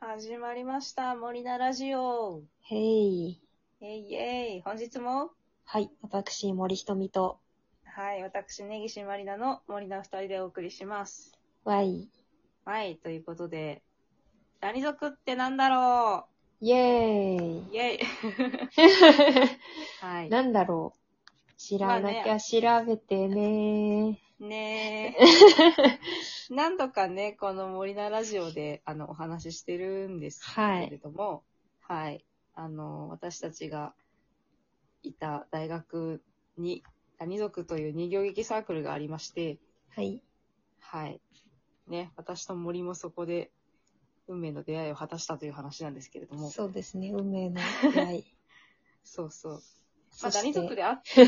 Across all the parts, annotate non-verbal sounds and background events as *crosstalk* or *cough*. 始まりました。森菜ラジオ。へい。えいえい。本日も、はい。私、森ひとみと、はい、私、根岸まりなの森菜二人でお送りします。ワイ。はい、ということで、何族ってなんだろイエうーイェイはイ。い。 *laughs* なんだろう。知らなきゃ調べてねね *laughs* え。何度かね、この森菜ラジオで、あの、お話ししてるんですはけれい。ども、はい、あの、私たちがいた大学に、谷族という人形劇サークルがありまして、はい。はい。ね、私と森もそこで、運命の出会いを果たしたという話なんですけれども、そうですね。運命の出会い。そうそう。 *laughs* まそあ、谷族しであ *laughs* って、う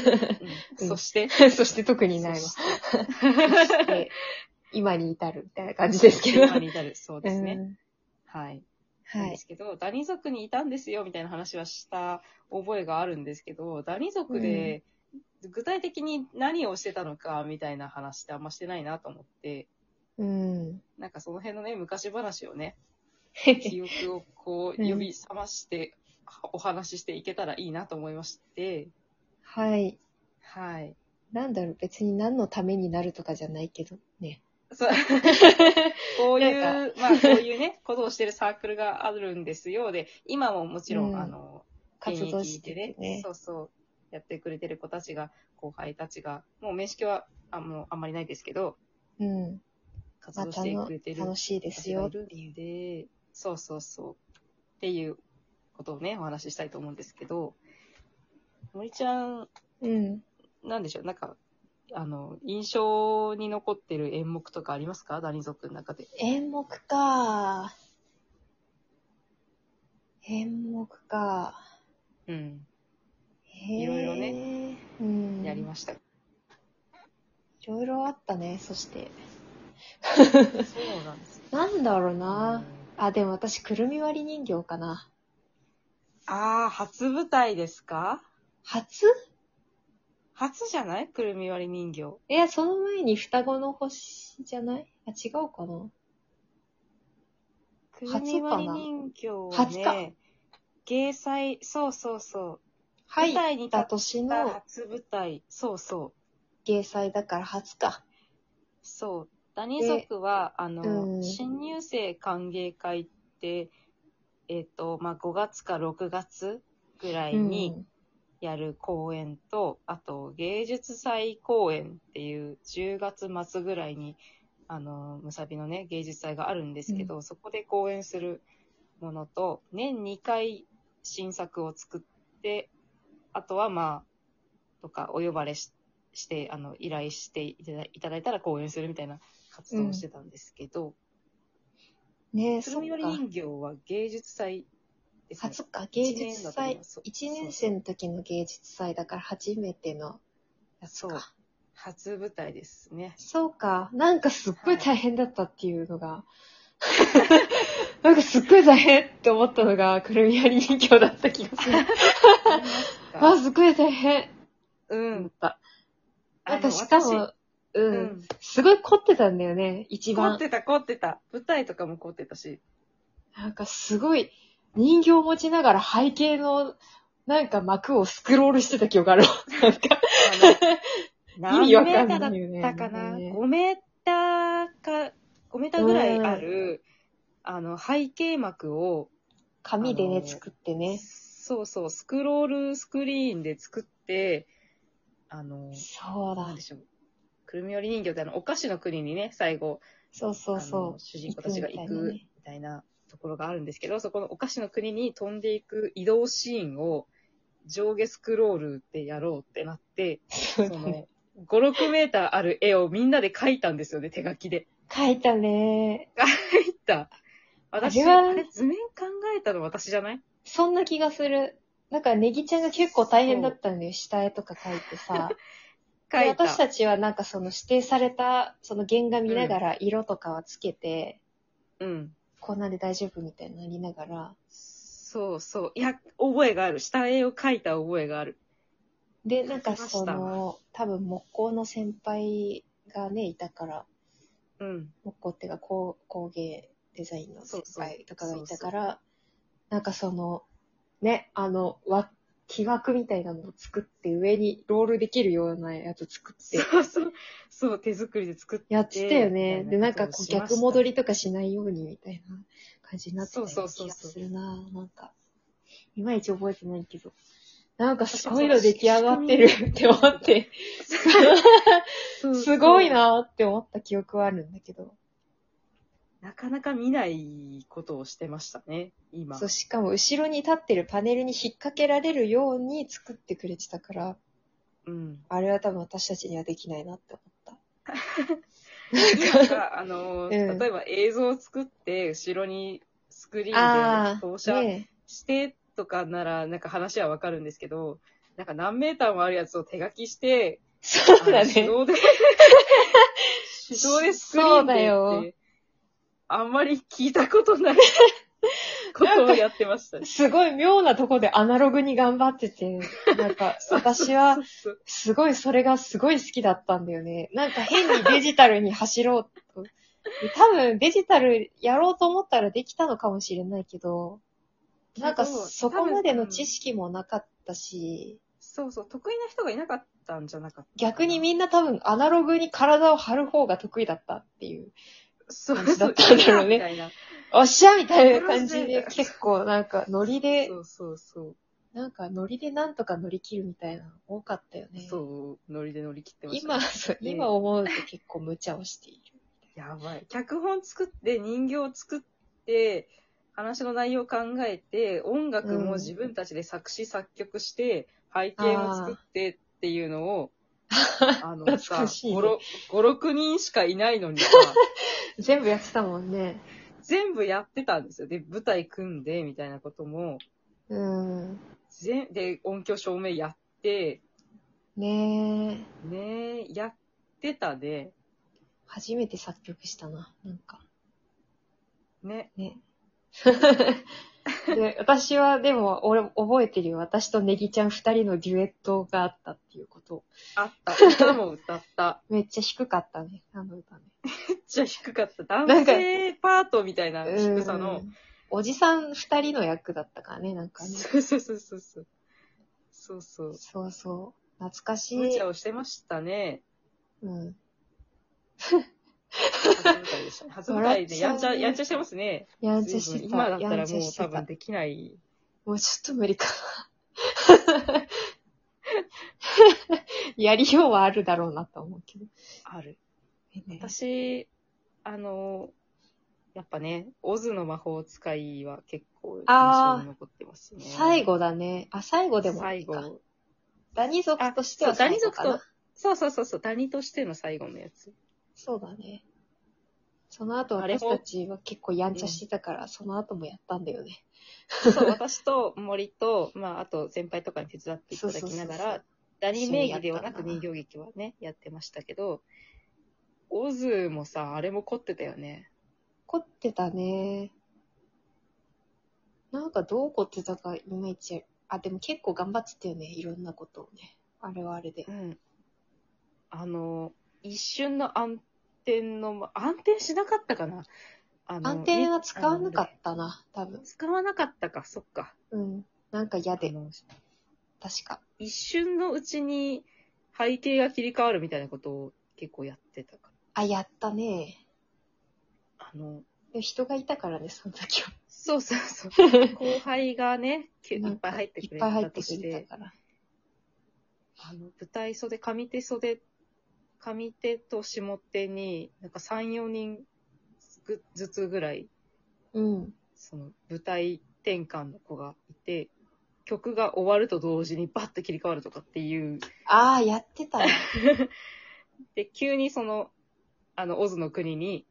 うんんそして、て、そして特にないわ。 *laughs* そ *laughs* して、今に至るみたいな感じですけど。今に至る、 *laughs* そうですね。うんはい。なんはでい。すけど、ダニ族にいたんですよみたいな話はした覚えがあるんですけど、ダニ族で具体的に何をしてたのかみたいな話ってあんましてないなと思って、うん。 *laughs* なんかその辺のね、昔話をね、は記憶をこううん呼び覚まして、お話ししていけたらいいなと思いまして、い。はい。なんだろう。別に何のためになるとかじゃないけど、ね。 *laughs* そうこうないう、まあこういうね、ことをしてるサークルがあるんですよ。で、今ももちろん、うんあの、活動して現て役でねねそ。うそう。やってくれてる子たちが、後輩たちが、もう面識はあもうあんまりないですけど、うん。活ま動たしてのくれてる楽子しいでたすちがよい。るんで、そうそうそう。っていうことをね、お話ししたいと思うんですけど、森ちゃん、うん。なんでしょう、なんか、あの、印象に残ってる演目とかありますかダニ族の中で。演目か。演目か。うん。へえいろいろね。うん。やりましした。いろいろあったね、そして。そうなんです。なんだろあうな。あ、でも私、くるみ割り人形かな。あー、初舞台ですか初初じゃないくるみ割り人形。いや、その前に双子の星じゃないあ、違うかな。くるみ割り人形は初かね、芸祭、そうそうそう。舞入っ台に立たっ年たの初舞台、そうそう。芸祭だから初か。そう。ダニ族は、あうの、ん新入生歓迎会って、えっ、と、まあ、5月か6月ぐらいにやる公演と、あと、芸術祭公演っていう10月末ぐらいに、あの、むさびのね、芸術祭があるんですけど、そこで公演するものと、年2回新作を作って、あとはまあ、とか、お呼ばれしして、あの、依頼していただいただいたら公演するみたいな活動をしてたんですけど、うん。ねえ、つるそうみ割りか。人形は芸術祭ですね。初か、芸一術年だと思い祭ますそう。一年生の時の芸術祭だから初めてのやつそうか。初舞台ですね。そうか。なんかすっごい大変だったっていうのが、 *laughs* なんかすっごい大変って思ったのが、くるみ割り人形だった気がす *laughs* る。あ、すっごい大変。う思っん。た。あなのんかしか私も、う。うんん。すごい凝ってたんだよね、一凝っ番。てた、凝ってた。舞台とかも凝ってた *laughs* し。なんかすごい、人形を持ちながら背景の、なんか幕をスクロールしてた記憶があ *laughs* るわ。なんか、あの意味わ何メータかんーなだいよねったかな、ね ?5 メーターか、5メーターぐらいある、あの、背景幕を、紙であね、のー作ってね。そうそう、スクロールスクリーンで作って、あの、そうなんだで。しょう。くるみ割り人形ってあの、お菓子の国にね、最後、そうそうあその主人公たちが行行くくみたいなねみたいなところがあるんですけど、そこのお菓子の国に飛んでいく移動シーンを上下スクロールでやろうってなって、う。そそうだねの5、6メーターある絵をみんなで描いたんですよね、手書きで。 *laughs* 書いたね。描いた。私、あれはあれ図面考えたの私じゃないそんな気がする。なんか、ネギちゃんが結構大変だったんだよ。下絵とか書い *laughs* てさ。描でいた。私たちはなんかその指定された、その原画見ながら色とかはつけて、うん。こんなんで大丈夫みたいになりながら。そうそう。いや、覚えがある。下絵を描いた覚えがある。で、なんか書きましたその、多分木工の先輩がね、いたから、うん。木工っていうか工工芸デザインの先輩とかがいたから、なんかその、ね、あの、わ、木枠みたいなのを作って上にロールできるようなやつ作ってそうそう、そう、手作りで作って。やってたよね。みで、いなんことかをこうしました逆戻りとかしないようにみたいな感じになってたようそなうそ気うがそうそうするななんか、いまいち覚えてないけど。なんかすごいの出来上がってるって思って、そうすごい。なって思った記憶はあるんだけど。なかなか見ないことをしてましたね、今。そう、しかも後ろに立ってるパネルに引っ掛けられるように作ってくれてたから、 *laughs* うん。あれは多分私たちにはできないなって思った。なんか、あの、うん例えば映像を作って、後ろにスクリーあンであ投射ねしてとかなら、なんか話はわかるんですけど、なんか何メーターもあるやつを手書きして、えそうだあの手ね。動 *laughs* で、手動でスクリーそうンだでよって、あんまり聞いたことないことをやってましたね。すごい妙なとこでアナログに頑張ってて、なんか私は *laughs* そうそうすごいそれがすごい好きだったんだよね。なんか変にデジタルに走ろうと。多分デジタルやろうと思ったらできたのかもしれないけど、なんかけどそこまでの知多分識もなかったし、そうそう、得意な人がいなかったんじゃなかったかな逆にみんな多分アナログに体を張る方が得意だったっていう。そう感じだったんだろうねみたいな。おっしゃみたいな感じよ *laughs* でろしい結構なんかノリでそ、うそうそう。なんかノリでなんとか乗り切るみたいなの多かったよね。そう、ノリで乗り切ってました、今、そうね今思うと結構無茶をしている。やばい。脚本作って、人形作って、話の内容考えて、音楽も自分たちで作詞作曲して、背景も作ってっていうのを、あのさ、懐かしいね5、6人しかいないのに *laughs* さ、 *laughs* 全部やってたもんね。全部やってたんですよ。で、舞台組んで、みたいなことも、うん。全、で、音響照明やって、ねえ。ねえ、やってたで、初めて作曲したな、なんか。ね、ね。で *laughs* 私は、でも、俺、覚えてるよ。私とネギちゃん二人のデュエットがあったっていうこと。あった。歌も歌った。めっちゃ低かったね、あの歌ね。めっちゃ低かった。なん男か性パートみたいなう低んさの。おじさん二人の役だったからね、なんかね。そうそうそうそうそう。そうそう。そうそう。懐かし無い茶。をしてました *laughs* ね。うん。初舞台でした。初舞台でやんちゃ、笑っちゃうねやんちゃしてますね。やんちゃし随分てた。今だったやらんちもゃうして多た分できない。もうちょっと無理かな。やりようはあるだろうなと思うけど。ある。ね私、あの、やっぱね、オズの魔法使いは結構印あー象に残ってますね。最後だね。あ、最後でもい最いか。後。ダニ族としてそう、はダ最ニ後族かなと、そうそうそうそう、ダニとしての最後のやつ。そうだね。その後あれ私もたちは結構やんちゃしてたから、その後もやったんだよね。そう、私と森と、まあ、あと先輩とかに手伝っていただきながそうそうそうそら、ダニ名義ではなく人形劇はね、やってましたけど、オズもさ、あれも凝ってたよね。凝ってたね。なんかどう凝ってたかいまいち。あ、でも結構頑張ってたよね。いろんなことをね。あれはあれでう。ん。あの、一瞬の暗転の、暗転しなかったかなあのアンテナは使わなかったな、多あ分の。使わなかったか、そっか。うん。なんか嫌あで、の確か。一瞬のうちに背景が切り替わるみたいなことを結構やってたかあ、やったね。ら。あの、でも人がいたからね、その時は。そうそうそう。 *laughs* 後輩がね、けいっぱい入ってくれいっぱい入たってとくしれて、たから。あの、舞台袖、上手袖、上手と下手に、なんか3、4人ぐずつぐらい、うん。その舞台転換の子がいて、曲が終わると同時にバッて切り替わるとかっていう。ああ、やってたね。で、急にその、あの、オズの国に、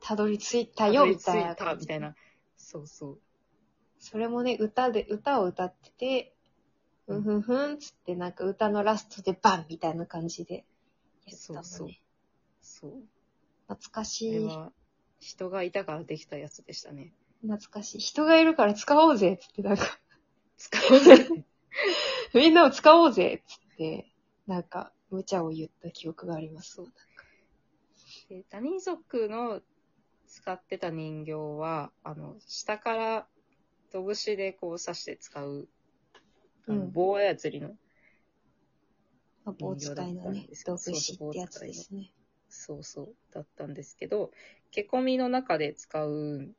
たどり着いたたよ、どみり着たいいなた、感じ。みたいな。そうそう。それもね、歌で、歌を歌ってて、ううんんふんふん、つって、なんか歌のラストでバンみたいな感じで、やってたもんね。そうそうそう。懐かしあれい。は、人がいたからできたやつでした *laughs* ね。懐かしい。人がいるから使おうぜ、つって、なんか、 *laughs* 使わない。みんなを使おうぜ、つって、なんか、無茶を言った記憶があります。そうでダニ族の使ってた人形は、あの、下から戸串でこう刺して使う、あうのん棒操りの、まあ棒使いのね、道具師ってやつですね。そうそう、だったんですけど、毛込みの中で使うん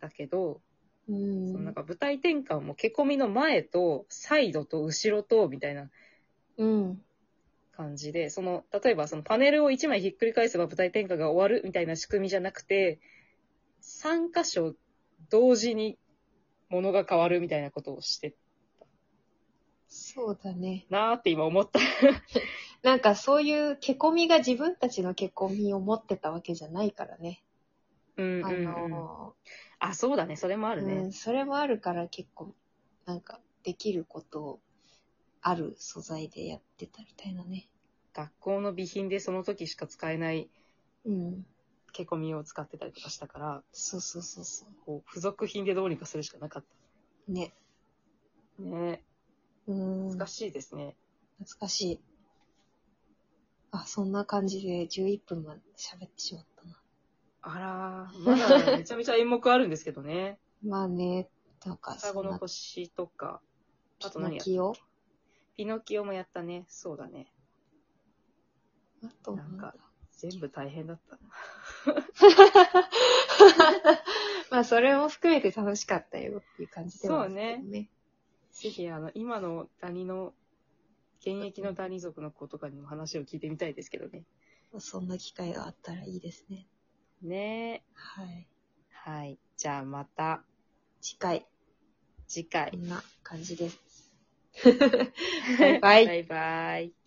だけど、うん。そのなんか舞台転換も毛込みの前と、サイドと後ろと、みたいなうん。感じで、その、例えばそのパネルを1枚ひっくり返せば舞台転換が終わるみたいな仕組みじゃなくて、3箇所同時に物が変わるみたいなことをしてそうだね。なーって今思 *laughs* った。なんかそういう毛込みが自分たちの毛込みを持ってたわけじゃないからね。うんうん、あうん。のあ、そうだね。それもあー、るうねん、。それもあるから結構、なんかできることをある素材でやってたみたいなね。学校の備品でその時しか使えないうん。毛込みを使ってたりとかしたから、そうそうそうそこう、付属品でどうにかするしかなかっう。ね。た。ねうん。難懐しいですね。かしい。あ、そんな感じで11分まで喋ってしまったな。あらー、まだめちゃめちゃ演目あるんですけど *laughs* ね。まあね、なんか双そ子んのな星とか、あと何や気を。ピノキオもやったね。そうだね。あとななんんかか、 *laughs* 全部大変だったな。まあそれも含めて楽しかったよっていう感じではあるけどそうぜひ、あの、今のダニの、現役のダニ族の子とかにも話を聞いてみたいですけどね。そんな機会があったらいいですね。ねはい。え。はい。じゃあまた次回、次回 *laughs* こ。んな感じです。バイババイイバイ。